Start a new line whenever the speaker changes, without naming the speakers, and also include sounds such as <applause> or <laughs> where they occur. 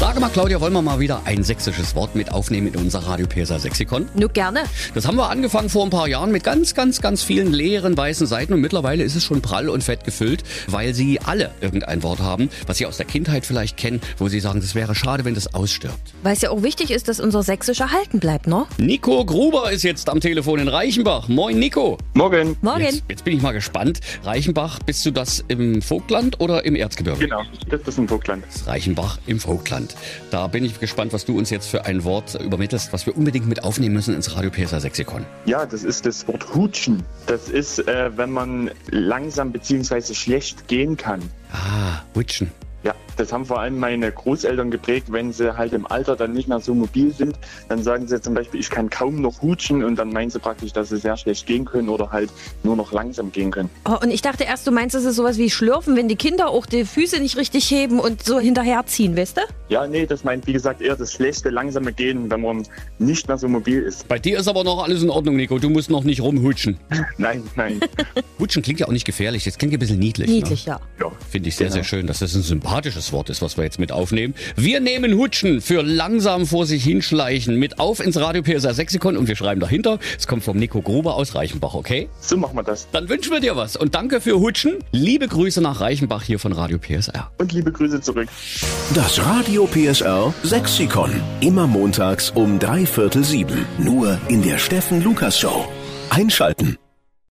Sage mal, Claudia, wollen wir mal wieder ein sächsisches Wort mit aufnehmen in unser Radio PSA Sexikon?
Nur gerne.
Das haben wir angefangen vor ein paar Jahren mit ganz, ganz, ganz vielen leeren weißen Seiten und mittlerweile ist es schon prall und fett gefüllt, weil sie alle irgendein Wort haben, was sie aus der Kindheit vielleicht kennen, wo sie sagen, das wäre schade, wenn das ausstirbt.
Weil es ja auch wichtig ist, dass unser Sächsisch erhalten bleibt, ne?
Nico Gruber ist jetzt am Telefon in Reichenbach. Moin, Nico.
Morgen.
Morgen.
Jetzt, jetzt bin ich mal gespannt. Reichenbach, bist du das im Vogtland oder im Erzgebirge?
Genau, das ist ein Vogtland.
Das Reichenbach im Vogtland. Da bin ich gespannt, was du uns jetzt für ein Wort übermittelst, was wir unbedingt mit aufnehmen müssen ins Radio PSA Sexikon.
Ja, das ist das Wort Hutschen. Das ist, äh, wenn man langsam bzw. schlecht gehen kann.
Ah, Witschen.
Ja, das haben vor allem meine Großeltern geprägt, wenn sie halt im Alter dann nicht mehr so mobil sind. Dann sagen sie zum Beispiel, ich kann kaum noch hutschen und dann meinen sie praktisch, dass sie sehr schlecht gehen können oder halt nur noch langsam gehen können.
Oh, und ich dachte erst, du meinst, es ist sowas wie Schlürfen, wenn die Kinder auch die Füße nicht richtig heben und so hinterherziehen, weißt du?
Ja, nee, das meint wie gesagt eher das schlechte, langsame Gehen, wenn man nicht mehr so mobil ist.
Bei dir ist aber noch alles in Ordnung, Nico. Du musst noch nicht rumhutschen.
Nein, <laughs> nein.
Hutschen klingt ja auch nicht gefährlich. Das klingt ja ein bisschen niedlich.
Niedlich,
ne?
ja.
ja.
Finde ich sehr,
Genau.
sehr schön, dass das ein sympathisches Wort ist, was wir jetzt mit aufnehmen. Wir nehmen Hutschen für langsam vor sich hinschleichen mit auf ins Radio PSA Sexikon und wir schreiben dahinter. Es kommt vom Nico Gruber aus Reichenbach, okay?
So machen wir das.
Dann wünschen wir dir was und danke für Hutschen. Liebe Grüße nach Reichenbach hier von Radio PSR.
Und liebe Grüße zurück.
Das Radio PSR Sexikon. Immer montags um drei Viertel sieben. Nur in der Steffen Lukas Show. Einschalten.